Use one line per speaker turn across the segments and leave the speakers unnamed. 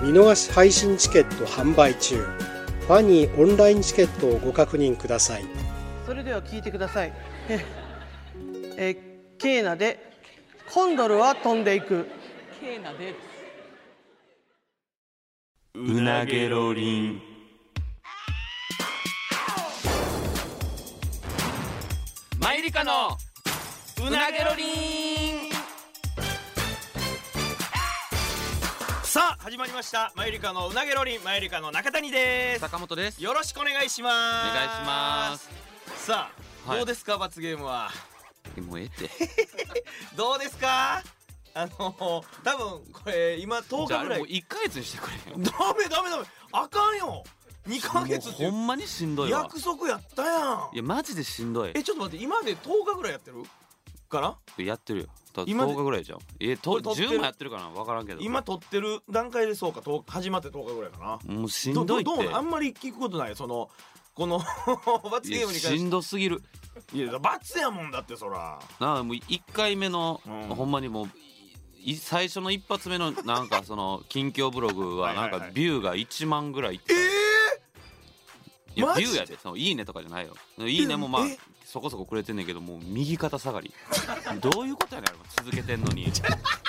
見逃し配信チケット販売中ファニーオンラインチケットをご確認ください
それでは聞いてください えーえーケーナでコンドルは飛んでいく
ケーナで
うなげろりんマイリカのうなげろりん
さあ始まりましたマユリカのうなげろりんマユリカの中谷です
坂本です
よろしくお願いします
お願いします
すさあ、
はい
どうですか罰ゲームは
もうええって
どうですかあの多分これ今10
じゃあ
日
あれ
ぐらい
もう一ヶ月にしてくれ
ダメダメダメあかんよ2ヶ
よ
月って
も
い
うほ
うん
まにしんどいわ
約束やったやん
いやマジでしんどい
えちょっと待って今まで10日ぐらいやってるかな
やってるよた
今で
10日ぐらいじゃんえと
これ撮ってる
10もやってるかなわからんけど
今撮ってる段階でそうか10始まって10日ぐらいかな
もうしんどいって
どうどうあんまり聞くことないそのこの 罰
い
ゲー
や
ムに関
し
し
んどすぎる
ていや罰やもんだってそら
なあもう1回目の、
うん
ほんまにもうい最初の一発目のなんかその近況ブログはなん
はいはい
か
はい
ビューが1万ぐらいいっ
え
ていや
マ
ビ
ジ
ュ
で
ーやでそのいいねとかじゃないよいいねもまあ
え
そこそこくれてんねんけどもう右肩下がり どういうことやねんあれも続けてんのに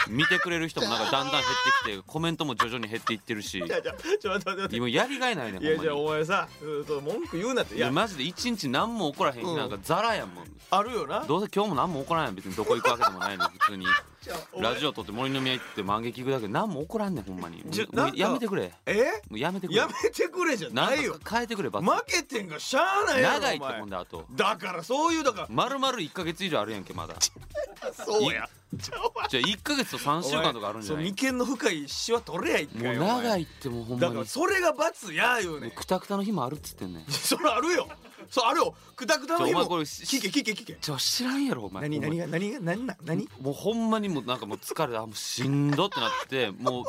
見てくれる人もなんかだんだん減ってきてコメントも徐々に減っていってるし
ー、いやいやちょっと待って待って待
今やりがいないね
っ
ん
ていや
ほん
じゃあ
まに
お前さうんそう文句言うなってい
いや
や
マジで一日何も起こらへん日
うん
なんかザラやんもん
あるよな
どうせ今日も何も起こらんやん別にどこ行くわけでもないのに普通に。
じゃあお前
ラジオ撮って森の宮行って万劇行くだけで何も起こらんねんほんまにも
じゃ
う
なん
も
か
うやめてくれ
え
もうやめてくれ
やめてくれじゃ
な
なんいよ
か変えてくれば
負けてんがしゃあないやろ
長いって
お前
ほんであと
だからそういうだか
丸々1か月以上あるやんけまだ
らそうやじゃあお前
じゃあ1か月と3週間とかあるんじゃない
そう
も
眉間の深いシワ取れや一
う
回お
長
前
いってもうほんま
だ
に
か
も
らそれが罰や言うね
うんくたくたの日もあるっつってんねん
それあるよそうあるよくだくだの日
ちょお前
も
これ
聞け聞け聞け
じゃあ知らんやろお前
何
ほんま
何が何が何な何
もうほんまにもうなんかもう疲れたあもうしんどってな ってもう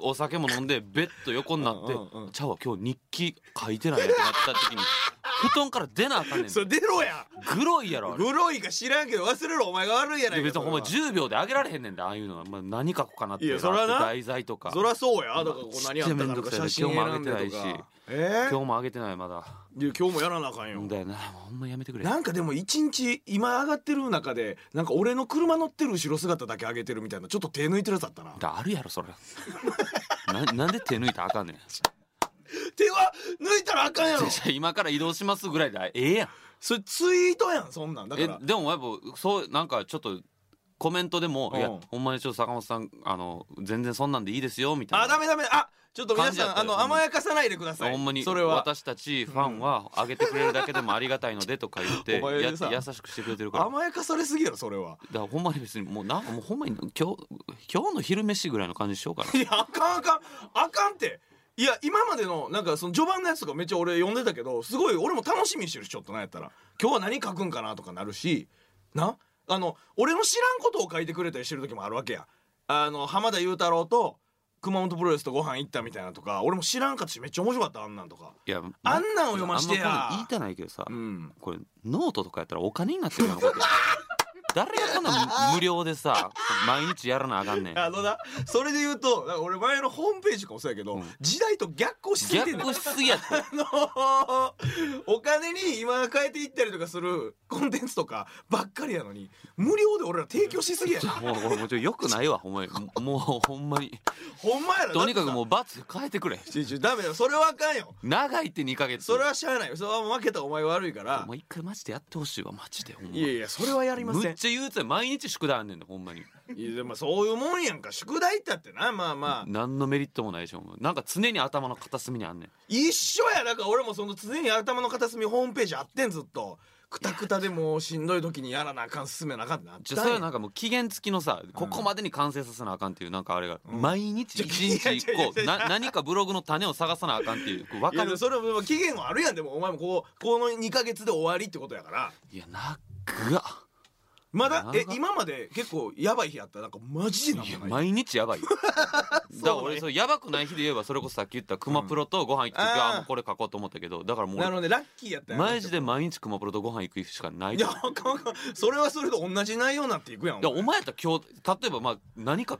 お酒も飲んでベッド横になって
うんうんうん
「ちゃうわ今日日記書いてないや」ってなった時に布団から出なあかん ねん
それ出ろや
グロいやろあれ
グロいか知らんけど忘れろお前が悪いやない
で
か
別にほんま
それは
10秒で上げられへんねんでああいうのは、まあ、何書こうかなって
いやそらな
題材とか
そりゃそうやだからこう何やった
めん
か
ど
と
く
か
さいな
写真選んで
今日も上げ
と
てないし
かえ
今
ー
日も上げてないまだ
いや今日もやらなあかんよ
だよなほんまやめてくれ
なんかでも一日今上がってる中でなんか俺の車乗ってる後ろ姿だけ上げてるみたいなちょっと手抜いてるやつあったな
だあるやろそ れななんで手抜いたらあかんねん
手は抜いたらあかんやろ
じゃあ今から移動しますぐらいでええやん
それツイートやんそんなんだか
え
ら
でもやっぱそうなんかちょっとコメントでも「
うん
いやほんまにちょっと坂本さんあの全然そんなんでいいですよ」みた
あ
いな
ダメダメあちょっと皆
感じや
さ
っ
ん
た
あ
よ
の甘やかさないでください
ほんまに
それは
私たちファンは上げてくれるだけでもありがたいのでとか言って
お前
や
さ
優しくしてくれてるから
甘やかされすぎやろそれは
だからほんまに別にもうなんかもうほんまに今日今日の昼飯ぐらいの感じにしようかない
やあかんあかんあかんっていや今までのなんかその序盤のやつとかめっちゃ俺読んでたけどすごい俺も楽しみにしてるしちょっとなんやったら今日は何書くんかなとかなるしなあの俺の知らんことを書いてくれたりしてる時もあるわけやあの浜田雄太郎と熊本プロレスとご飯行ったみたいなとか俺も知らんかったしめっちゃ面白かったあんなんとか
いや
あんなんを読まして
あんま
や
こういうの言いたないけどさ、
うん
これノートとかやったらお金になってるやんこれ誰がこんな無料でさ毎日やらなあかんねん
あのなそれで言うとなんか俺前のホームページとかもそうやけど、時代と逆行しすぎてんねん
逆しすぎやって
あのーお金に今変えていったりとかするコンテンツとかばっかりやのに無料で俺ら提供しすぎやな
もうこれもうちょよくないわほんまにもうほんまに
ほんまやな
とにかくも
う
う罰変えてくれ
ダメだよそれはあかんよ
長いって2ヶ月
それはしゃあないよそれは負けたお前悪いから
もう一回マジでやってほしいわマジでほんま
いやいやそれはやりませ
むっ
ん
ちちゃ憂鬱や毎日宿題あんねんでほんまに
いやでもそういうもんやんか宿題だってなまあまあ、
何のメリットもないでしょもうなんか常に頭の片隅にあんねん
一緒やだから俺もその常に頭の片隅ホームページあってんずっとくたくたでもうしんどい時にやらなあかん進めなあかんってなっ
じ
ち
ゃあ
ゃ
それはなんかもう期限付きのさ、ここまでに完成させなあかんっていうなんかあれが、毎日一日一
いやいやい
個
やいや
な何かブログの種を探さなあかんっていうこう
い
分
や
か
で
る
もそれも期限はあるやんでもお前もこうこの2か月で終わりってことやから
いやなっが
まだえ
長っ
今まで結構やばい日あったらなんかマジでなん
いや
もない
毎日やばい よだから俺そうやばくない日で言えばそれこそさっき言った熊プロとご飯行く時、
うん
あ
あー
あもうこれ書こうと思ったけどだからもう
なの
俺
でラッキーやったんやな
マジで毎日熊プロとご飯行くしかない
い
と
や
思う
あかんあかんそれはそれと同じ内容になっていくやんお
だ
前
からお前やったら今日例えばまあ何か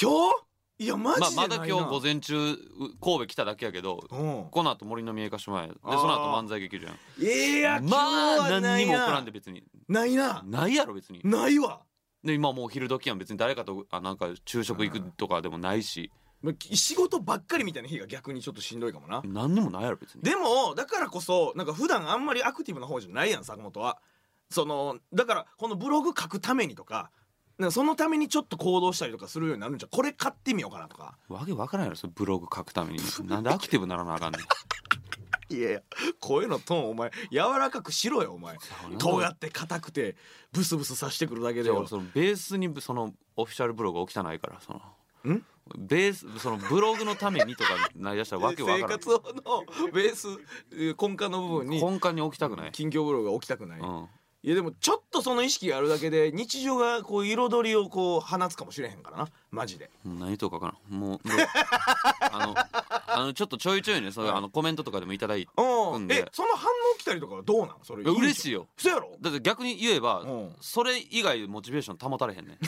今日いやマ
まあ、
ジでな
ま
いな、
だ今日午前中う神戸来ただけやけど
うん
この後森の宮かし前でその後漫才劇場や
いや
ん
今日
まあ
はな
何に
い
も
な
起こらんで別に
ないな
ないやろ別に
ないわ
で今もう昼時やん別に誰かとあなんか昼食行くとかでもないし
まあ仕事ばっかりみたいな日が逆にちょっとしんどいかもな、
何にもないやろ別に
でもだからこそなんか普段あんまりアクティブな方じゃないやん坂本はそのだからこのブログ書くためにとかなんかそのためにちょっと行動したりとかするようになるんじゃうこれ買ってみようかなとか
わけわからんやろそのブログ書くため になんでアクティブならなあ かんねん
いやいや声のトーンお前柔らかくしろよお前尖って硬くてブスブスさしてくるだけで
じゃあ
よ
俺そのベースにそのオフィシャルブログ起きたないからその
ん
ベースそのブログのためにとかなりだしたらわけわ
生
からん
活のベースえー根幹の部分に
根幹に置きたくない、
近況ブログが起きたくない、
うん、
いやでもちょっとその意識があるだけで日常がこう彩りをこう放つかもしれへんからなマジで
もう何とかわからんもうもうあのあのちょっとちょいちょいねそうあのコメントとかでもいただいて
う
うん
ん
で
えその反応来たりとかはどうなんそれ
いや嬉しいよ
そう やろ
だって逆に言えば、
うん
それ以外モチベーション保たれへんね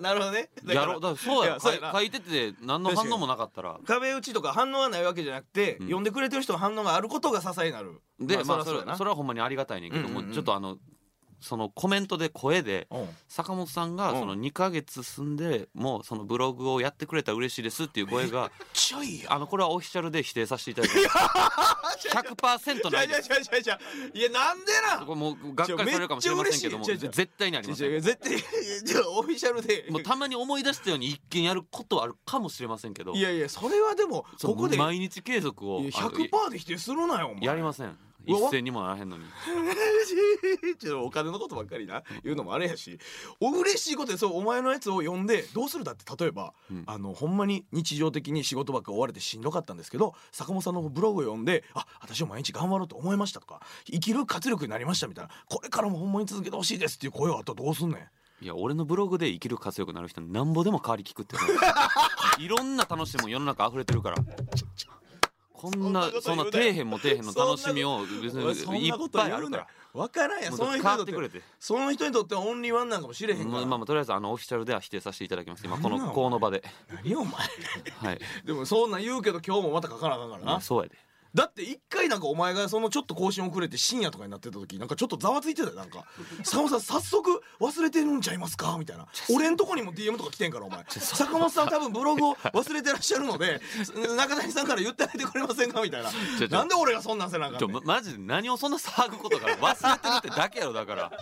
なるほどね だ
やろだからそうや
い
ろ
そう
書
や
い
な
書いてて何の反応もなかったら
壁打ちとか反応がないわけじゃなくて、
うん
呼んでくれてる人の反応があることが支えになる
で、まあそ
り
れ
ゃうやな
それはほんまにありがたいねんけども、
うんうんうん
ちょっとあのそのコメントで声で
うん
坂本さんが
うん
その2ヶ月住んでもうそのブログをやってくれたら嬉しいですっていう声 が
ちょいや
あのこれはオフィシャルで否定させていただきます100%
い
な
や
い
いや
で
い
す
やいやいやいやなんでなん
これもうがっかりされるかもしれませんけども
ちょめっちゃ嬉しいちょちょ
絶対にありませ
違うん違う絶対いやじゃあオフィシャルで
もうたまに思い出したように一見やることはあるかもしれませんけど
いやいやそれはでも
そう
ここでいや
毎日継続をあの
100%で否定するなよお前
やりません
うわ
一銭にもならへんのに
ちょっとお金のことばっかりな言うのもあれやしお嬉しいことでそうお前のやつを呼んでどうするだって例えば、
うん
あのほんまに日常的に仕事ばっか追われてしんどかったんですけど坂本さんのブログを読んであ私も毎日頑張ろうと思いましたとか生きる活力になりましたみたいなこれからもほんまに続けてほしいですっていう声があったらどうすんねん。
いや俺のブログで生きる活力になる人なんぼでも代わり聞くってこと いろんな楽しみも世の中溢れてるからこんなそ
そん
んな
なこと言
底
うなよ
辺も底辺の楽しみを別
おいそん
にい
な
っ
こと
ぱいあ
言う
る
な
か
よ
ら
分からんやん
もう
その
変
人
わ
に
っ
とって
てくれて
その人にとってはオンリーワンなんかもしれへんから、
まあまあまあとりあえずあのオフィシャルでは否定させていただきます今こ
なんな
の
ん
この場で
何お前
はい
でもそんなん言うけど今日もまた書かなあかんからな、
まあそうやで
だって一回なんかお前がそのちょっと更新遅れて深夜とかになってた時なんかちょっとざわついてたよな んか「坂本さん早速忘れてるんちゃいますか?」みたいな俺んとこにも DM とか来てんからお前坂本さん多分ブログを忘れてらっしゃるので中谷さんから言ってあげてくれませんかみたいな
ちょ
なんで俺がそんなんせなあかん
ち
ね
ょ
ん
まマジで何をそんな騒ぐことから忘れてるってだけやろだから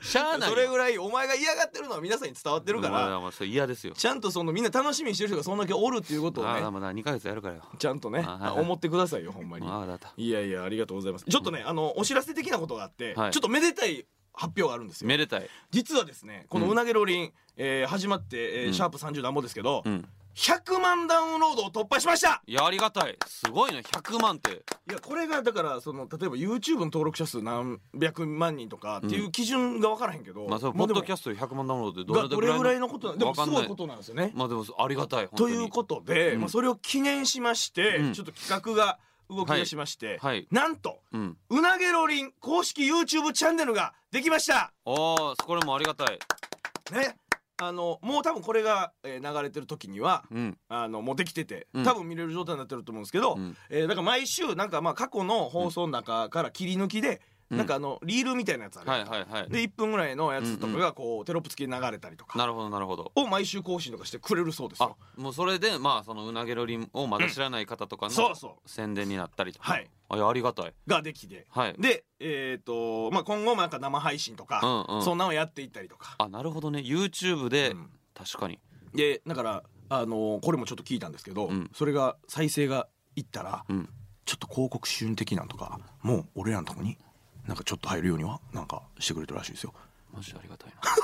しゃあないよ
それぐらいお前が嫌がってるのは皆さんに伝わってるか
まあま
ら
あまあそれ嫌ですよ
ちゃんとそのみんな楽しみにしてる人がそんだけおるっていうことを
ああ
ね
まだ2ヶ月やるからよ
ちゃんとね
あはいはい
思ってくださいよほんまに
ああだった
いやいやありがとうございますちょっとねあのお知らせ的なことがあってちょ
は
っ
い
とめでたい発表があるんですよ
めでたい
実はですねこの
うん
「うなげろりん」えー始まって、えー
うん
シャープ30何本ですけど、
うん
100万ダウンロードを突破しました
いやありがたいすごいね100万って
いやこれがだからその例えば YouTube の登録者数何百万人とかっていう基準が分からへんけど、
まあ、そのポ
も
ッ
うでも
ドキャストで100万ダウンロードで
が
ど
ど
れ
れ
ぐ
ぐ
ら
ら
い
い
の
のことなでも
わか
す
んな
ごいことなんですよね。
まあでもありがたい本当
と
に
いうことで、
うん
まあ、それを記念しまして、
うん
ちょっと企画が動き出しまして、
はい
なんと
うん
「うなげろりん」公式 YouTube チャンネルができました
ああこれもありがたい
ねあのもう多分これが、えー流れてる時には
うん
あのもうできてて
うん
多分見れる状態になってると思うんですけど、
うん
えーだから毎週なんかまあ過去の放送の中から切り抜きで、
うん
なんかあのリールみたいなやつある、
はいはいはい
で1分ぐらいのやつとかがこうテロップ付きで流れたりとか
なるほどなるほど
を毎週更新とかしてくれるそうです
あ
よ
もうそれでまあそのうなげろりんをまだ知らない方とか
そ
の
うそ
宣伝になったりとか
はい
あいやありがたいう
ができて
はい
でえっ、とまあ今後もなんか生配信とか、
うんうん
そんなのやっていったりとか
あなるほどね YouTube で、
うん
確かに
でだからあのーこれもちょっと聞いたんですけど、
うん
それが再生がいったら、
うん
ちょっと広告収入的なんとかもう俺らのとこになんかちょっと入るようにはなんかしてくれてるらしいですよ。
マジでありがたいな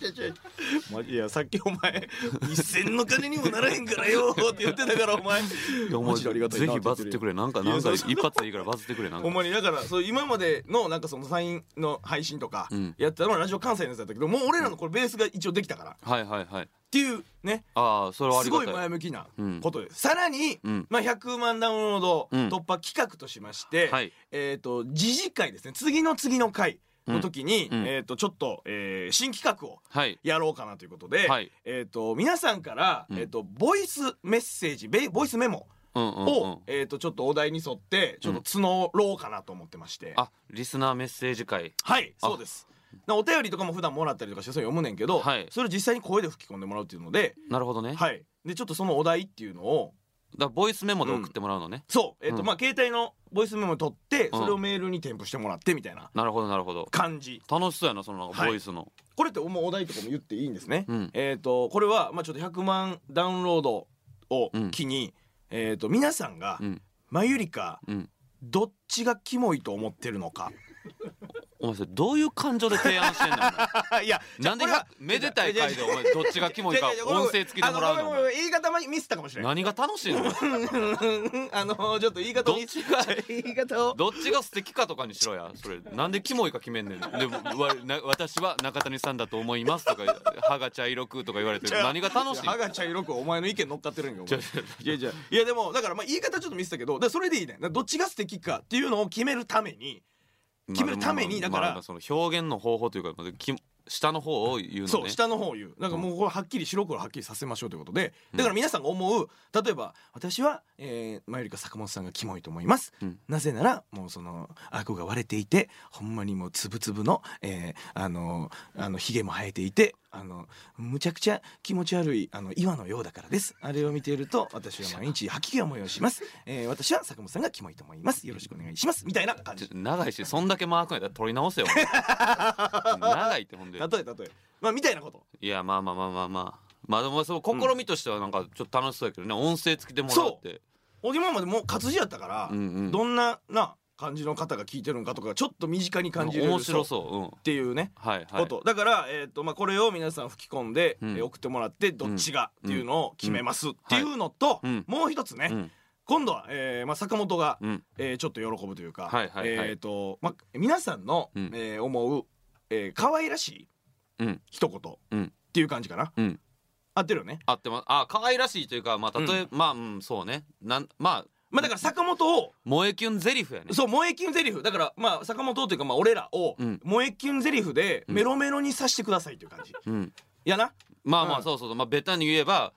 ジいやさっきお 前一銭の金にもならへんからよって言ってたからお前
いやお前ぜひバズってくれなんかなんか一発でいいからバズってくれなん
ほん
か
まにだからそう今までのなんかそのサインの配信とか
うん
やってたのはラジオ関西のやつだったけどもう俺らのこれベースが一応できたからっ
はいはいはい
ていうね
ああそれはあ
す
り
ご
が
い
た
前
い
向きな
うん
ことです、さらに、
うん
まあ、100万ダウンロード
うん
突破企画としまして、
はい
えっ、と次次回ですね次の次の回の時に、
うんうん
えっ、とちょっと、えー新企画を
はい
やろうかなということで、
はい
えっ、と皆さんから、
うん
えっとボイスメッセージベボイスメモ
うんうん、
を、
うん、
えっ、とちょっとお題に沿ってちょっと募ろうかなと思ってまして、
あリスナーメッセージ会
はい
あ
そうですなお便りとかも普段もらったりとかしてそれ読むねんけど、
はい
それを実際に声で吹き込んでもらうっていうので、
なるほどね、
はい、でちょっとそのお題っていうのを
だからボイスメモで送ってもらうのね、
そう、えっと
うん
まあ携帯のボイスメモを取って
うん
それをメールに添付してもらってみたいな
なるほどなるほど
感じ
楽しそうやなそのなんか
はい
ボイスの、
これってもうお題とかも言っていいんですね、
うん
えっ、とこれは、まあ、ちょっと100万ダウンロードを
うん
機に、えっ、と皆さんが
うん
「まゆりか
うん
どっちがキモいと思ってるのか
お前それどういう感情で提案してんのお前」
いや
なんでひゃめでたい回でお前どっちがキモいか音声付きでもらうのお前
言い方ミスったかもしれない
何が楽しいのお前
あのちょっと言い方
どっ
ミ
ち
ス
が
言い方を
どっちが素敵かとかにしろやそれなんでキモいか決めんねんでわな私は中谷さんだと思いますとか歯が茶色くとか言われて何が楽しい
歯が茶色くお前の意見乗っかってるんよお前
ちょちょ
いやいやいやでもだからまあ言い方ちょっと見せたけどだからそれでいいねだからどっちが素敵かっていうのを決めるために決めるためにだから
まあその表現の方法というかまあき下の方を言うのね
そう下の方を言うなんかもうこれはっきり白黒はっきりさせましょうということでだから皆さんが思う例えば私は、えー、前よりか坂本さんがキモいと思います、
うん
なぜならもうそのあごが割れていてほんまにもうつぶつぶの、えー、あのあのひげも生えていてあのむちゃくちゃ気持ち悪いあの岩のようだからですあれを見ていると私は毎日吐き気を催します、えー、私は坂本さんがキモいと思いますよろしくお願いしますみたいな感
ちょ
じ
っと長いしそんだけマークやったら取り直 せよお前長いってほんで
例え例えまあみたいなこと
いやまあまあまあまあまあまあでもそう試みとしてはなんかちょっと楽しそうやけどね、音声付きでもらうって
おじままでもう活字やったから、
うんうん
どんなな感じの方が聞いてるのかとかちょっと身近に感じる
面白
う
そううん
っていうね、
はいはい
ことだから、えーとまあ、これを皆さん吹き込んで、
うん
えー送ってもらってどっちがっていうのを決めますっていうのと、
うん
もう一つね、
うん
今度は、えーまあ、坂本が、
うん
えーちょっと喜ぶというか、
はいはいはい
えーとまあ、皆さんの、
うん
えー思う、えー可愛らしい
うん
一言、
うん
っていう感じかな、
うん
合ってるよね
合ってますあ可愛らしいというかまあ例え、まあ、うん、そうねなんまあ
まあだから坂本を
萌えキュンゼリフやね
そう萌えキュンゼリフだからまあ坂本というかまあ俺らを
うん
萌えキュンゼリフで
うん
メロメロにさしてくださいっていう感じ、
うん
やな
まあま
う
あ
ん
そうそうそうまあベタに言えば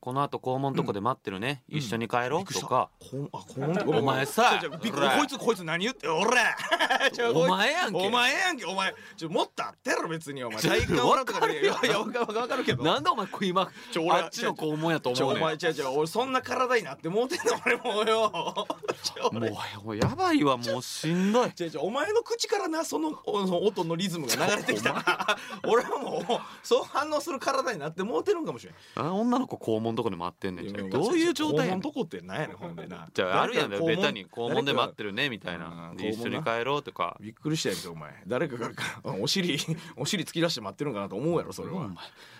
この後校門とこで待ってるね、一緒に帰ろうとか、
こんあこん
お前さ
ちょちょびっく
お
り
ら
こいつこいつ何言っておら ちょ
お前やんけ
お前やんけお前ちょもっとあってやろ別にお前
ちょ
体感
わかる
いや
よ
いやわかわかるけど
なんでお前今
ちょ俺
あっちの校門やと
ちょ
思う
お
ねんも
前ちょちょ俺そんな体になってもうてんの 俺もうよちょ
う
俺
やもうやばいわもうしんどい
違う違うお前の口からなそのおその音のリズムが流れてきたら 俺はもうそう反応する体になってもうてるんかもしれん
あ女の子校門とこで待ってんねんじゃあどういう状態や
肛
ね
門
ん
とこってなんやねんほんで な
じゃああるやん
誰か
ベタに校門で待っててるねみたいな
うん
で一緒
校
に
門な
帰ろうとか
びっくりしたやんけお前誰かがお尻お尻突き出して待ってるんかなと思うやろそれは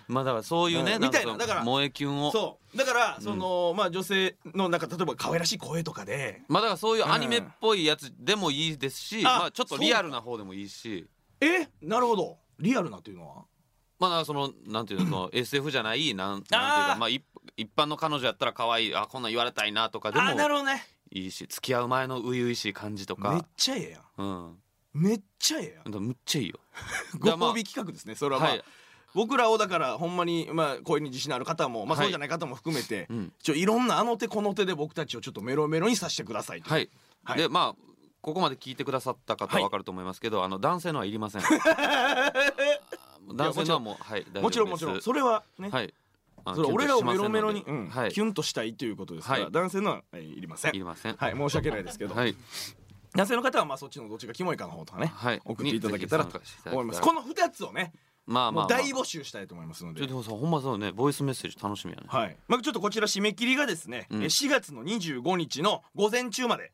まあだからそういうね
うん
なんか
みたいな
その
だから
萌えキュンを
そうだからその、まあ女性のなんか例えば可愛らしい声とかで
まあだからそういうアニメっぽいやつでもいいですし、
んあ
まあちょっとリアルな方でもいいし
えなるほどリアルなっていうのは
まあだからそのなんていうのその SF じゃないなんなんていう
あ
か
ー
まあ一一般の彼女やったら可愛いあこんなん言われたいなとかでも
ほどね
いいし付き合う前の初々しい感じと
めっ
か
ちゃええやん
うん
めっちゃええや
だからむっちゃいいよ
ん
だから
ご
まあ
褒美企画ですねそれはまあ、
はい
僕らをだからほんまに、まあ、声に自信のある方も、まあ、
はい
そうじゃない方も含めて、
うん
ちょいろんなあの手この手で僕たちをちょっとメロメロにさせてくださいと、
はい
はい
でまあここまで聞いてくださった方
は
はい分かると思いますけど、あの男性のはいり ません男性のはもうはい大丈夫です
もちろんもちろんそれはね、
はいあの
それ俺らをメロメロに、
キュンとしませんのではい
うんキュンとしたいということですから、
はい
男性のはえーいりません
いりません
はい申し訳ないですけど、
はい
男性の方はまあそっちのどっちがキモいかの方とかね、
はい
送っていただけたらと思います
にぜひ参加していただけたら
この2つをね、
まあまあ、まあ、
もう大募集したいと思いますの
ちょ
で
っとさほんまそうねボイスメッセージ楽しみやね、
はいまあ、ちょっとこちら締め切りがですね、
うん
えー4月の25日の午前中まで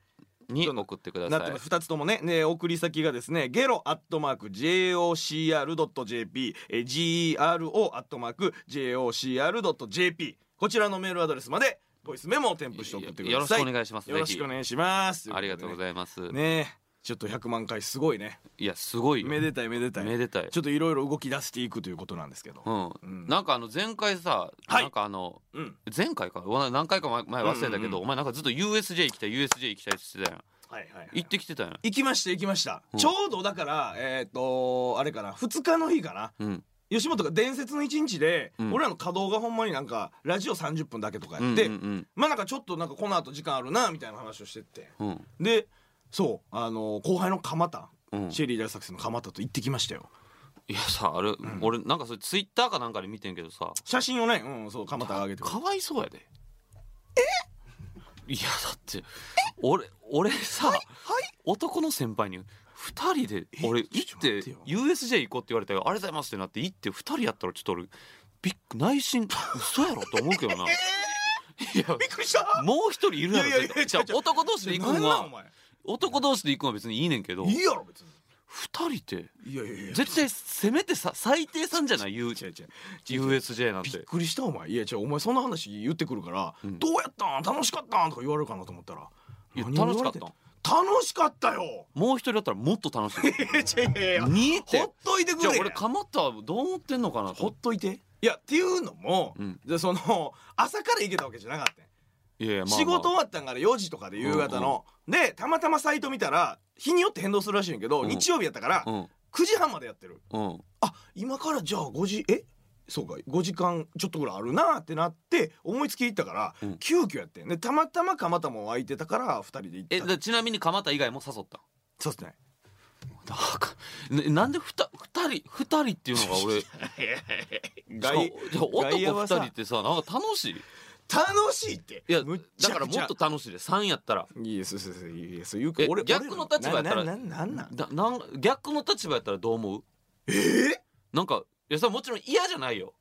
に送ってくださ
ないってます2つともねね送り先がですねゲロアットマーク JOCR.jp えー GRO アットマーク JOCR.jp こちらのメールアドレスまでボイスメモを添付して送ってください
よろしくお願いします
よろしくお
ぜ
願いします
ひありがとうご
い
ざいます、
ねねちょっと100万回すごいね
いやすごいよ
めでたいめでたい
めでたい
ちょっといろいろ動き出していくということなんですけど
うん
うん
なんかあの前回さ、
はい
なんかあの
うん
前回かお何回か前前忘れたけど、
うんうんうん
お前なんかずっと USJ 行きたい USJ 行きたいって言ってたやん
はいはいはい
行ってきてたやん
行きました行きました、
うん
ちょうどだからえっ、とあれかな2日の日かな
うん
吉本が伝説の一日で、
うん
俺らの稼働がほんまになんかラジオ30分だけとか
うん
や
う
っ
ん
て、
うん
まあなんかちょっとなんかこの後時間あるなみたいな話をしてって
うん
でそうあの後輩の蒲田、
うん
シェリー大作戦の蒲田と行ってきましたよ
いやさあれ、俺なんかそれツイッターかなんかで見てんけどさ
写真をねうんそう蒲田が上げてくれ
かわいそうやでえいやだって俺俺さ、男の先輩に2人で
え
俺行
ちょ
っ
っと待
て
ってよ
USJ 行こうって言われたよありがとうございますってなって行って2人やったらちょっと俺びっく内心嘘やろと思うけどないや
びっくりした
もう一人いるやろ
いやいやいや
絶対じゃあ
ちょちょ
男同士で行く
なん
ん
なんお
は
前
男同士で行くんは別にいいねんけど
いいやろ別に
2人って
いやいやいや
絶対せめてさ最低さんじゃない
違う違う
USJ なん
びってくりしたお前いや違うお前そんな話言ってくるから、
うん
どうやったん楽しかったんとか言われるかなと思ったら
いや
何を
楽しか
言
っ
われて
た
ん
ん
楽しかったよ
もう一人だったらもっと楽しい
いやいやいや
にって
ほっといてく
じゃあ
れ
俺かまったどう思ってんのかな
ほ
と
っといていやっていうのも、
うん
でその朝から行けたわけじゃなかったん、
いやいやまあまあ
仕事終わったんから4時とかで夕方の、でたまたまサイト見たら日によって変動するらしいんやけど、
うん
日曜日やったから
うん
9時半までやってる
うん
あ今からじゃあ5時えそうか5時間ちょっとぐらいあるなってなって思いつき行ったから、
うん
急遽やってんでたまたま蒲田も空いてたから2人で行った
えだちなみにかまった以外も誘った
そうっすね
だかななんでふた二人二人っていうのが俺しかも
外
じゃあ男
外野は
二
さ
人ってさなんか楽しい
楽しいって
いや
むっち
だ
ゃ
からもっと楽しいで三やったら
いやそうそうそういやそういう
え
俺
逆の立場やったら
なななんなん
ななん逆の立場やったらどう思うえなんかいやそれもちろん嫌じゃないよ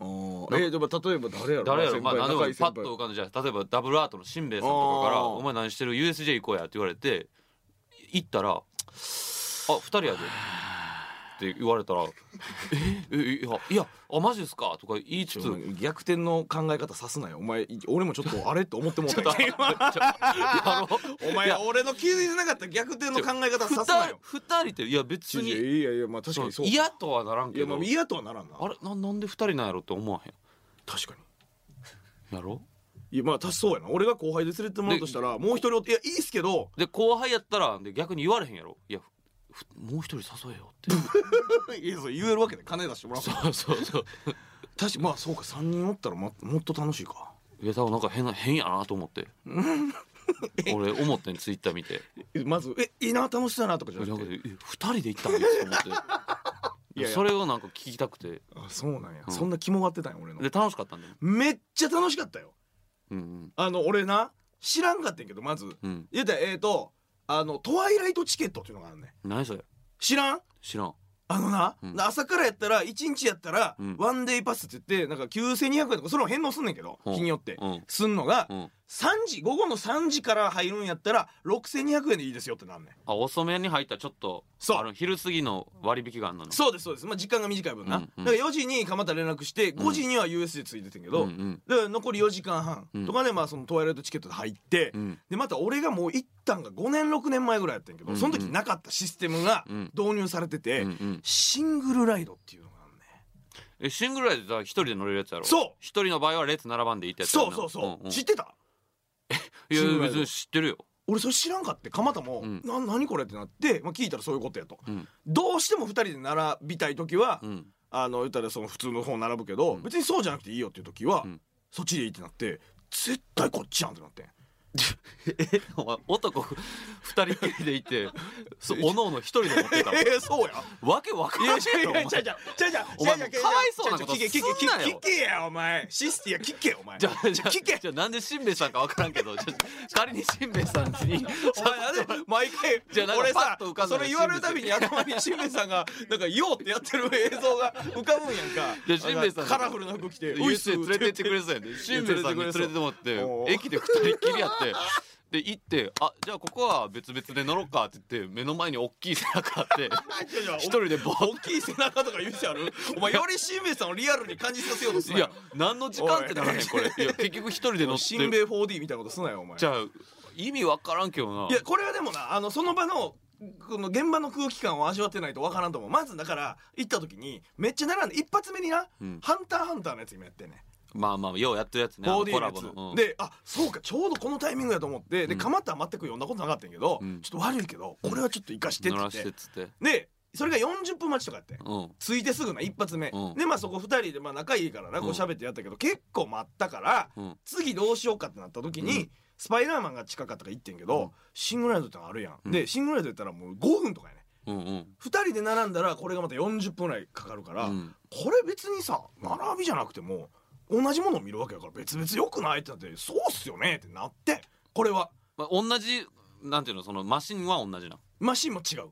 お
なん
ーえー、でも例えば誰やろ
誰やろまあ何でも
仲
い
い
い
い
パ
先
ッ
輩
と浮かんでじゃあ例えばダブルアートのしんべヱさんとかから「
あー
お前何してる USJ 行こうや」って言われて行ったら「あ二人やで」って言われたら「ええいやいやあマジですか」とか言い
ち
つ
ょ
つ
っと逆転の考え方さすなよお前俺もちょっとあれって思ってもうた
やろ
お前俺の気づいてなかった逆転の考え方さす
二
な
人
よ
二人っていや別
いや
に
いやいやまあ確かにそうか
嫌とはならん
い
け
やまあ
ど
嫌とはならんな
あれななんで二人なんやろって思わへ
確かに
んやろ
いやまあ確かそうやな俺が後輩で連れてってもらうとしたらもう一人おっていやいいっすけど
で後輩やったらで逆に言われへんやろいやふもう一人誘えよ って
いやそう言えるわけで金出してもらう確
そうそうそう
かまあそうか3人おったらももっと楽しいか
いや多分なんか変な変やなと思 って俺思ってんツイッター見て
えまずえいいな楽しそうやなとかじゃ
なん
な
か
くて
え二人で行ったんですと思って
いやいや
それをなんか聞きたくて
あそうなんや、
うん
そんな肝がってたんや俺の
で楽しかったんだよ
めっちゃ楽しかったよ
うん
あの俺な知らんかったんやけどまず
うんうん
言うたらえっ、とあのトワイライトチケットっていうのがあるねん
何それ
知らん
知らん
あのな、
うん
朝からやったら1日やったら、
うん
ワンデイパスって言ってなんか9200円とかそれを返納すんねんけど、
うん
日によって、
うん
すんのが、
うん
3時午後の3時から入るんやったら6200円でいいですよってなんねん
あ遅めに入ったらちょっと
そう
あの昼過ぎの割引があんのね
そうですそうですまあ時間が短い分な、
うんうん
だから4時に蒲田連絡して5時には USJ ついててんけど、
うんうん
で残り4時間半とかで、まあそのトワイライトチケットで入って、
うん
でまた俺がもう行ったんが5年6年前ぐらいやったんやけど、
うんうん
その時なかったシステムが
うん
導入されてて、
うんうん
シングルライドっていうのがあんね
えシングルライドでさ一人で乗れるやつやろ
そう
一人の場合は列並ばんでいいってやつや
そ
ん
う
な
そうそう、
んん
知ってた
いや
シングルライド
別に知ってるよ
俺それ知らんかって蒲田も「
うん
な何これ?」ってなって、まあ、聞いたらそういうことやと、
うん
どうしても2人で並びたい時は、
うん
あの言ったらその普通の方並ぶけど、別にそうじゃなくていいよっていう時は、
うん
そっちでいいってなって絶対こっちやんってなってん
えお前 男二人っきりでいて そおのおの一人で持ってたの
えー、そうや。
わけわかん
い
な
や
い
いやいやいや、ちゃう
じ
ち
ゃ
ゃうちゃうちゃう。
お前
ちゃち
も
ゃ
うかわいそうなこと
ちゃちゃ聞け聞け
すんなよ
聞け聞けやお前。システィや聞けお前。
じゃあじゃあ
聞け。
じゃあなんでしんべヱさんかわからんけどじゃあ仮にしんべヱ さんに
お前あれ毎回
じゃあなんか
俺
パ
さ
ッと浮かんだ
そ
の
れ言われるたびに頭にしんべヱさんがなんか「よう」ってやってる映像が浮かぶんやんか
いやしんべヱさん
カラフルな服着て
ユースで連れて行ってくれ
る
そうやんねしんべヱさんに連れてってもら
お
っ
う
て駅で二人っきりやってで行って「あじゃあここは別々で乗ろうか」って言って目の前に大 きい背中あって一人でボーッ
大きい背中とか言うてあるお前よりしんべヱさんをリアルに感じさせようとす
い
なよ
や何の時間ってならへんこれいや結局一人で乗っ
しんべ
て
ヱ 4D みたいなことすなよお前
じゃあ意味わからんけどない
やこれはでもなあのその場のこの現場の空気感を味わってないとわからんと思うまずだから行った時にめっちゃ並んで一発目にな「
うん
ハンターハンター」のやつ今やってんねん
まあまあようやってるやつねあの
4D
コ
の
ラ
や
ボ
つ、
の、うん
であそうかちょうどこのタイミングやと思ってで
うん
蒲田は全く読んだことなかったんやけど、
うん
ちょっと悪いけどこれはちょっと生かしてって
乗
言
ら
っ
して
て、
っつって
でそれが40分待ちとかやってん
うん
ついてすぐな一発目、
うん
でまあそこ2人でまあ仲いいからなこう
うん
喋ってやったけど、結構待ったから
うん
次どうしようかってなった時に、
うん
スパイダーマンが近かったから行ってんけど、
うん
シングルライドってのあるやん、
うん
でシングルライドやったらもう5分とかやね
うんうん
2人で並んだらこれがまた40分ぐらいかかるから、
うん
これ別にさ並びじゃなくても同じものを見るわけやから別々よくないってなってそうっすよねってなってこれは
まあ、同じなんていうのそのマシンは同じな
マシンも違 う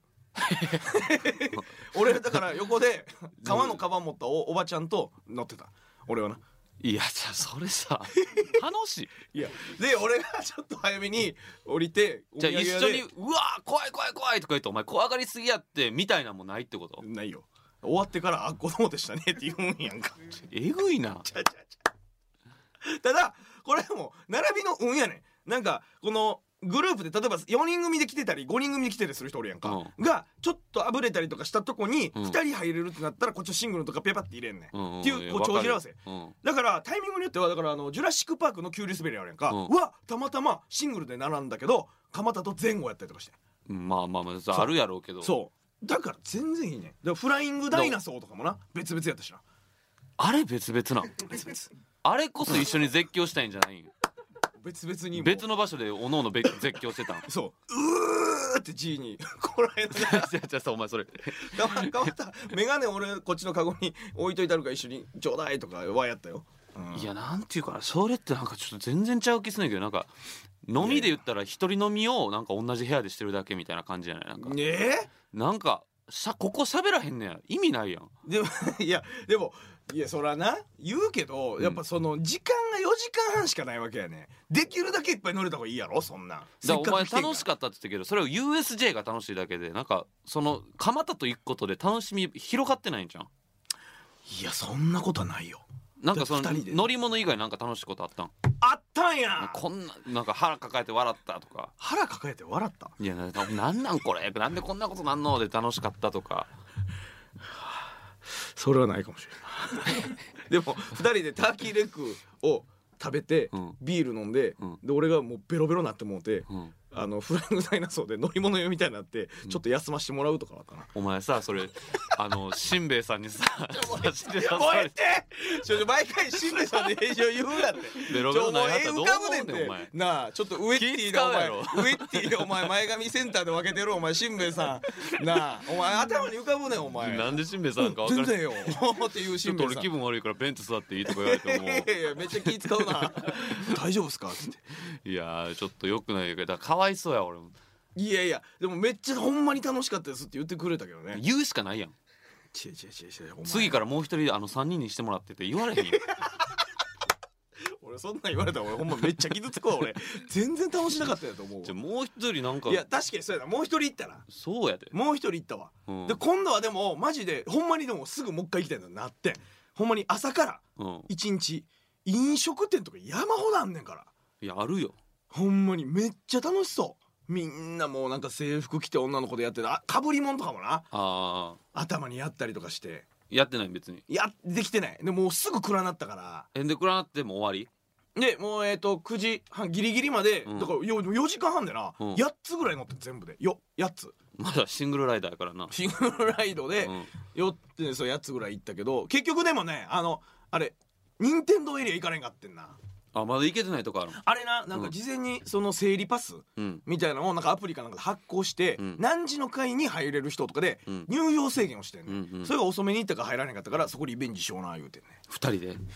俺だから横で革のカバン持ったおおばちゃんと乗ってた俺はない
やじゃあそれ さ楽しい
いやで俺がちょっと早めに降りて
じゃあ
お土
一
産屋
緒
で
に「うわー怖い怖い怖い」とか言って「お前怖がりすぎやって」みたいなもんないってこと
ないよ終わってから「あ子供でしたね」って言うんやんか
えぐいな
ちゃちゃちゃただこれも並びの運やねんなんかこのグループで例えば4人組で来てたり5人組で来てたりする人おるやんか、
う
がちょっとあぶれたりとかしたとこに
うん
2人入れるってなったらこっちのシングルとかペパって入れんねん、
うんん
っていうこう
や
帳尻合わせ
わかるよ
だからタイミングによってはだからあのジュラシック・パークの急流滑りあるやんか、
う
うんわたまたまシングルで並んだけど蒲田と前後やったりとかして
うん、まあまあまあそれあるやろうけど
そうだから全然いいねだからフライングダイナソーとかもな別々やったしな
あれ別々なん
別々
あれこそ一緒に絶叫したいんじゃないん
別々にもう
別の場所でおのおのべ絶叫して たん
そううーって G に こらえなが
じゃあじゃあさお前それ
らかまかまた眼鏡俺こっちのカゴに置いといたるから一緒にちょうだいとかはやったよ、うん
いやなんていうかなそれってなんかちょっと全然ちゃう気すんねんけどなんか飲みで言ったら一人飲みをなんか同じ部屋でしてるだけみたいな感じじゃないなんか
ねえ
なんかさここ喋らへんねや意味ないやん
でも いやでもいやそらな言うけどやっぱその時間が4時間半しかないわけやねできるだけいっぱい乗れた方がいいやろそんなん
だからお前楽し
か
かったって言ったけどそれを USJ が楽しいだけでなんかその蒲田と行くことで楽しみ広がってないんじゃん
いやそんなことはないよ
なんかその
だって二人で
乗り物以外なんか楽しいことあったん
あったんや
こんななんか腹抱えて笑ったとか
腹抱えて笑った
いやななんなんこれなんでこんなことなんので楽しかったとか
それはないかもし れないでも2人でターキーレッグを食べて、
うん
ビール飲んで、
うん
で俺がもうベロベロなってもうて、
うん
あのフライングダイナソーで乗り物用みたいになって、ちょっと休ましてもらうとかはあったな
お前さそれあのしんべヱさんにさ差し出さ
もう
さ
ええっ
れ
てちょ毎回新兵衛さんで平常言うなって
ベロベロな
ちょ
んやったら
もうええ浮かぶねん
どう思うねんお
てなあちょっとウエッティでお前
気
ウエッティでお前前髪センターで分けてるお前新兵衛さんなあお前頭に浮かぶねんお前
なんでしんべヱさんか分から
全
ない
然よ っていう
ちょ
新
っと
兵衛
俺
さん
気分悪いからベンチ座っていいとか言われても
いやいやめっちゃ気使うな 大丈夫ですかって
いやーちょっとよくないけどだからかわいそうや俺も
いやいやでもめっちゃほんまに楽しかったですって言ってくれたけどね
言うしかないやん
ちえちえちえちえ
次
次
からもう一人あの3人にしてもらってって言われへんよ
俺そんなん言われたら俺ほんまめっちゃ傷つくわ俺全然楽しなかったやと思う
じゃあもう一人なんか
いや確かにそうやなもう一人行ったな
そうやで、
もう一人行ったわ、
うん
で今度はでもマジでほんまにでもすぐもう一回行きたいのになってほんまに朝から
うん、
一日飲食店とか山ほどあんねんから
いやあるよ
ほんまにめっちゃ楽しそうみんなもうなんか制服着て女の子でやってたあかぶりもんとかもな
ああ
頭にやったりとかして
やってない別に
やできてないでもうすぐ暗なったか
えんでくらなってもう終わ
らでもうえっ、と9時半ギリギリまで、
うん
だからよ4時間半でな、
うん
8つぐらい乗って全部でよ8つ
りまだシングルライダーやからな、
シングルライドで、
うん、
よってそう8つぐらい行ったけど結局でもねあのあれ任天堂エリア行かれんかってんな
あまだ行けてないとこあるの
あれななんか事前にその整理パス
うん
みたいなのをなんかアプリかなんかで発行して、
うん
何時の会に入れる人とかで
うん
入場制限をしてんね、ん
うんうん
それが遅めに行ったから入られへんかったからそこリベンジしような言うてんね
二人で
ん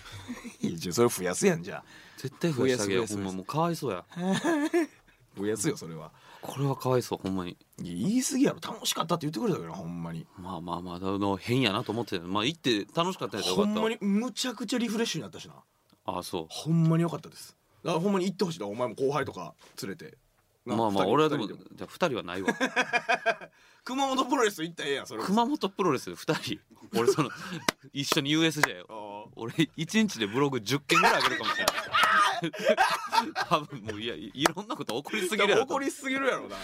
いやじゃあそれ増やすやんじゃ
絶対増やしてあげよう
増
ほ
やす
ん
増や
ますもうかわいそうや
あ増やすよそれは
これはかわいそうほんまに
いや言い過ぎやろ楽しかったって言ってくれたけどなほんまに
まあまあまあだの変やなと思ってたまあ行って楽しかったんやったら
ほ
よかった
んまにむちゃくちゃリフレッシュになったしな
ああそう
ほんまに良かったですだからほんまに行ってほしいだからお前も後輩とか連れてな
まあまあ
二人
俺はでも
二
じ
人
ゃあ二人はないわ
熊本プロレス行ったらええやんそれ
熊本プロレスで二人俺その一緒に USJ よ
あ
俺一日でブログ10件ぐらい上げるかもしれない 多分もういやいいろんなこと起こりす
ー
ぎるやろ
怒りすぎるやろな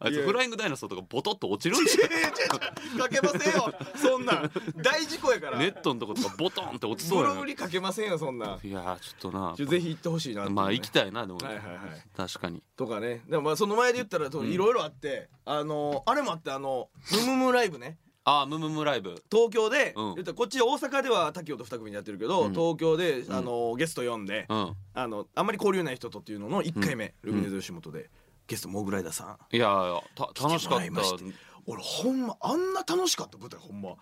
あい
い
つ
や
フライングダイナソーとかボトッと落ちるんじ
かけませんよそんなん大事故やか
ゃ
ら
んネットのとことかボトンって落ちそ
ブ
うや
ロ
な
グ
い
にかけませんよそんなん
やーちょっとな
ちょぜひ行ってほしいなっていうね
まあ行きたいなでも、
はいはいはい
確かに
とかねでもまあその前で言ったらといろいろあってあのあれもあってあの「ムムムライブね」
ああムムムライブ
東京で、
うん
言ったらこっち大阪では滝雄と二組でやってるけど、
うん
東京であの、ゲスト呼んで、
うん
あのあんまり交流ない人とっていうのの1回目、
ん
ルミネーズ吉本で、ゲストモグライダーさん
いやいやた楽しかった
来てもらいまして俺ほんまあんな楽しかった舞台ほんまほ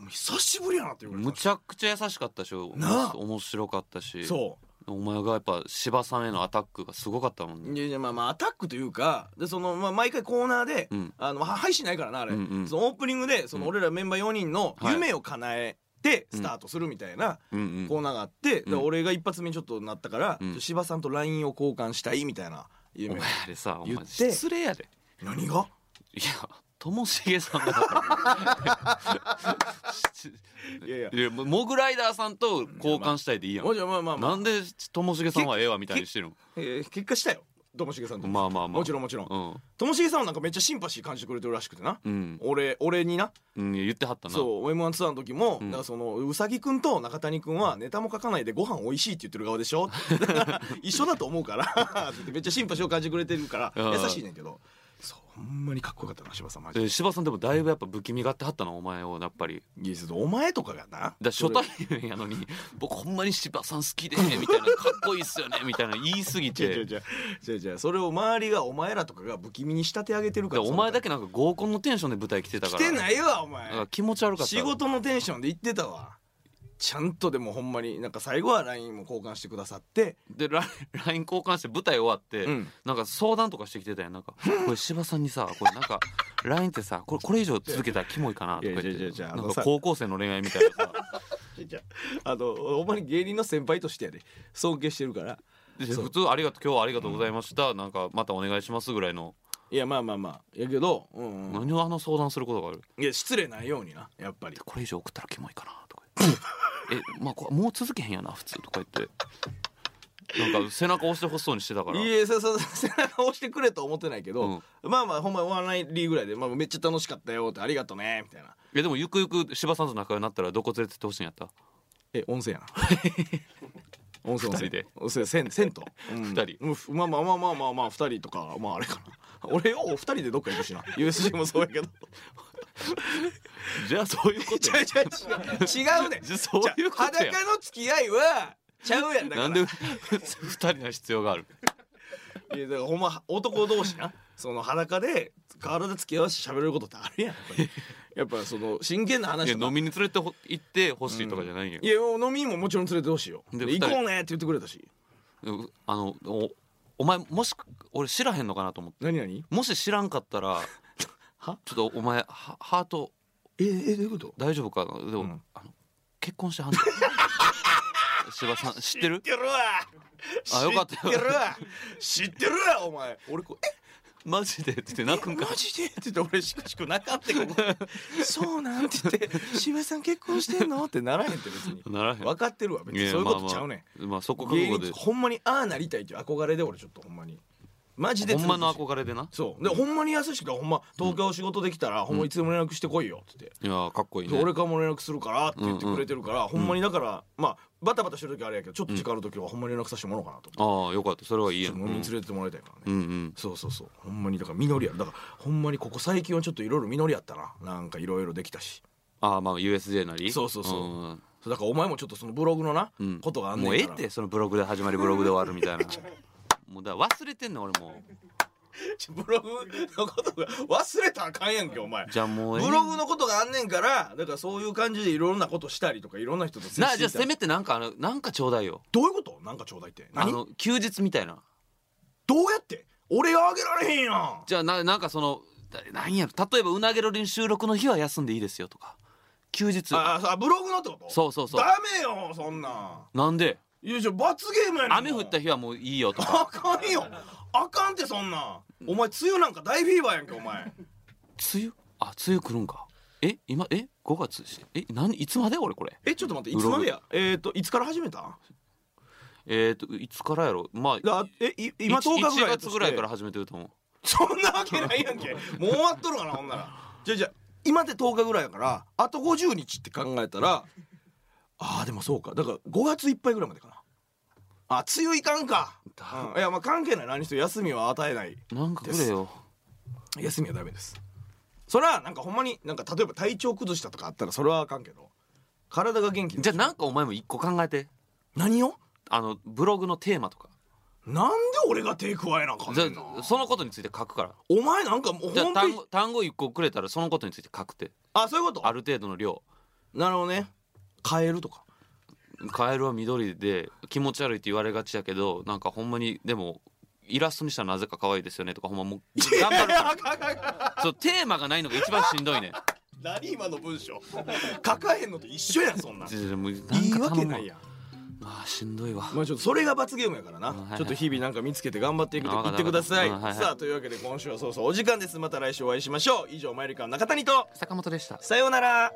んま久しぶりやなっていうぐらい
むちゃくちゃ優しかったし
なあ
面白かったし
そ
お前がやっぱ芝さんへのアタックがすごかったもん
う
ね
いやいやまあまあアタックというかでその、まあ、毎回コーナーで、
うん
あのは配信ないからなあれ、
うんうん
そのオープニングでその俺らメンバー4人の
はい
夢を叶えてスタートするみたいな、
うんう
コー
ん
ナーがあって、で
うん
俺が一発目にちょっとなったから、
うん
芝さんと LINE を交換したいみたいな
お
夢
前あれさお
言
前
って
失礼やで
何が
いやともしげさんがだから
いやいや
いやもうモグライダーさんと交換したいでいいやん
もうじゃあまあまあまあ
なんでともしげさんはええわみたいにしてるの
えー結果したよともしげさんと
まあまあまあ
もちろんもちろん
うん
ともしげさんはなんかめっちゃシンパシー感じてくれてるらしくてな、
うん、
俺俺にな
うん、言ってはったな
そう m 1ツアーの時も、
ん
だからそのうさぎくんと中谷くんはネタも書かないでご飯美味しいって言ってる側でしょ ってだから一緒だと思うからって言ってめっちゃシンパシーを感じてくれてるから
うん
優しいねんけどそうほんまにかっこよかったな芝さんマジで
で芝さんでもだいぶやっぱ不気味がってはったなお前をやっぱり
いやちょっとお前とかがな
だ初対面やのに「僕ほんまに芝さん好き で」みたいな「かっこいいっすよね」みたいな言い過ぎ
違う違う
て
違う違う違うそれを周りがお前らとかが不気味に仕立て上げてるか
だかららお前だ
け
けなんか合コンのテンションで舞台来てた
来
から
てないいわお
気持ち悪か
前
った
仕事のテンションで言ってたわちゃんとでもほんまになんか最後は LINE も交換してくださって
でラ LINE 交換して舞台終わって、
うん
なんか相談とかしてきてたやんなんか「これ芝さんにさこれなんか LINE ってさこれこれ以上続けたらキモいかな」とか
いやいや
言
いや
っ
い
て
やいや
な
あの
ん
さ
か高校生の恋愛みたいな さ
あのほんまに芸人の先輩としてやで尊敬してるから
で
そう
普通「ありがとう今日はありがとうございました、なんかまたお願いします」ぐらいの、
いやまあまあまあやけど、うんうん、
何をあの相談することがある
いや失礼ないようになやっぱり
これ以上送ったらキモいかなとか言って 「えまあこもう続けへんやな普通」とか言ってなんか背中押してほしそうにしてたから
いやそうそう背中押してくれとは思ってないけど、まあまあほんまワンラインリーぐらいで、まあ、めっちゃ楽しかったよってありがとねみたいない
やでもゆくゆく芝さんと仲良くなったらどこ連れてってほしいんやった
え温泉やな 温
二
泉温
人
泉
で
温泉銭銭湯、うん
二人
うんふまあまあまあまあまあまあ二人とかまああれかな俺よ二人でどっか行くしな USJ もそうやけど
じゃあそういうこ
違う違う違う違うねん
じゃあ そういうことや
じゃあ裸の付き合いはちゃうやんだか
な
ら
んで二人の必要があ る
いやだからほんま男同士なその裸で体で付き合わせて喋れることってあるやんやっぱりやっぱその真剣ない話
や
とか
飲みに連れてほ行ってほしいとかじゃないんや
い、や飲みにももちろん連れてほしいよ
で
で
二
行
人
こうねって言ってくれたし
うあのおお前もし俺知らへんのかなと思って
何何
もし知らんか ったら
は
ちょっとお前ハハート
ええどういうこと
大丈夫かなでも、
うん
あの結婚してはんの 芝さん知ってる
知ってるわ
あよかった
知ってるわ知ってるわお前俺こうえ
マジでって言って泣くん
マ
か
ジでって言って俺しくしくなかった けどそうなんって言って渋谷さん結婚してんのってならへんって別に
ならへん
分かってるわ別にそういうことちゃうね
ん、
ん、
まあまあまあそこ覚
芸
悟で
人ほんまにああなりたいっていう憧れで俺ちょっとほんまにマジで
ほんまの
れ
憧れでな
そうでほんまに優しくてほんま東京仕事できたら、ほんまいつでも連絡してこいよって言って、
いやーかっこいい
で
ね
俺からも連絡するからって言ってくれてるから、ほんまにだからまあバタバタしてる時はあれやけどちょっと時間ある時はほんまに連絡させてもらおうかなと
ああよかったそれはいいやん
思って、飲みに連れてってもらいたいからね、
うんうん
そうそうそうほんまにだから実りやだからほんまにここ最近はちょっといろいろ実りやったななんかいろいろできたし
ああまあ USJ なり
そうそうそう
うん
そうだからお前もちょっとそのブログのな、
うん
ことがあんねん
もう
から
ええってそのブログで始まりブログで終わるみたいな もうだから忘れてんの俺もう
ちょブログのことが忘れたらあかんやんけお前
じゃあもうええ
ブログのことがあんねんからだからそういう感じでいろんなことしたりとかいろんな人と接していた
なじゃあせめてなんかあのなんかちょうだいよ
どういうことなんかちょうだいって
あ
何
の休日みたいな
どうやって俺があげられへんやん
じゃあななんかそのだなんやろ例えばうなげろりん収録の日は休んでいいですよとか休日
ああブログのってこと
そうそうそう
ダメよそんなん
なんで
いやじゃあ罰ゲームやねん
雨降った日はもういいよとか
あかんよあかんってそんなんお前梅雨なんか大フィーバーやんけお前
梅雨あ梅雨来るんかえ今え5月しえ何いつまで俺これ
えちょっと待ってい
ブ
つ
ログ
までやえっ、といつから始めた
えっ、といつからやろまあ
だえい今
一
10日ぐらい
一
やとして
月ぐらいから始めてると思う
そんなわけないやんけもう終わっとるかなほんならじゃあじゃあ今で10日ぐらいやからあと50日って考えたらあーでもそうかだから5月いっぱいぐらいまでかなあ梅雨いかんか、うんいやまあ関係ない何しろ休みは与えない
なんかくれよ
休みはダメですそれはなんかほんまになんか例えば体調崩したとかあったらそれはあかんけど体が元気
じゃあなんかお前も一個考えて
何を
あのブログのテーマとか
なんで俺が手加えなあかん
じゃ
ねんな
あそのことについて書くから
お前なんかもうホ
じゃ
ー
あ
ムペ
単
ージ
語単語一個くれたらそのことについて書くって
あそういうこと
ある程度の量
なるほどねカエルとか
カエルは緑で気持ち悪いって言われがちやけどなんかほんまにでもイラストにしたらなぜか可愛いですよねとかほんまもう 頑張る からそうテーマがないのが一番しんどいねん
何今の文章書かへんのと一緒やんそんなん
ちょちょもうなんか
いいわけ
頼む
ないやん
あーしんどいわ
まあちょっとそれが罰ゲームやからな、
んはいはい
ちょっと日々なんか見つけて頑張っていくと
あわか
言
っ
ったてください、
わかったうんはいはい
さあというわけで今週はそうそうお時間ですまた来週お会いしましょう以上マイリカの中谷と
坂本でした
さようなら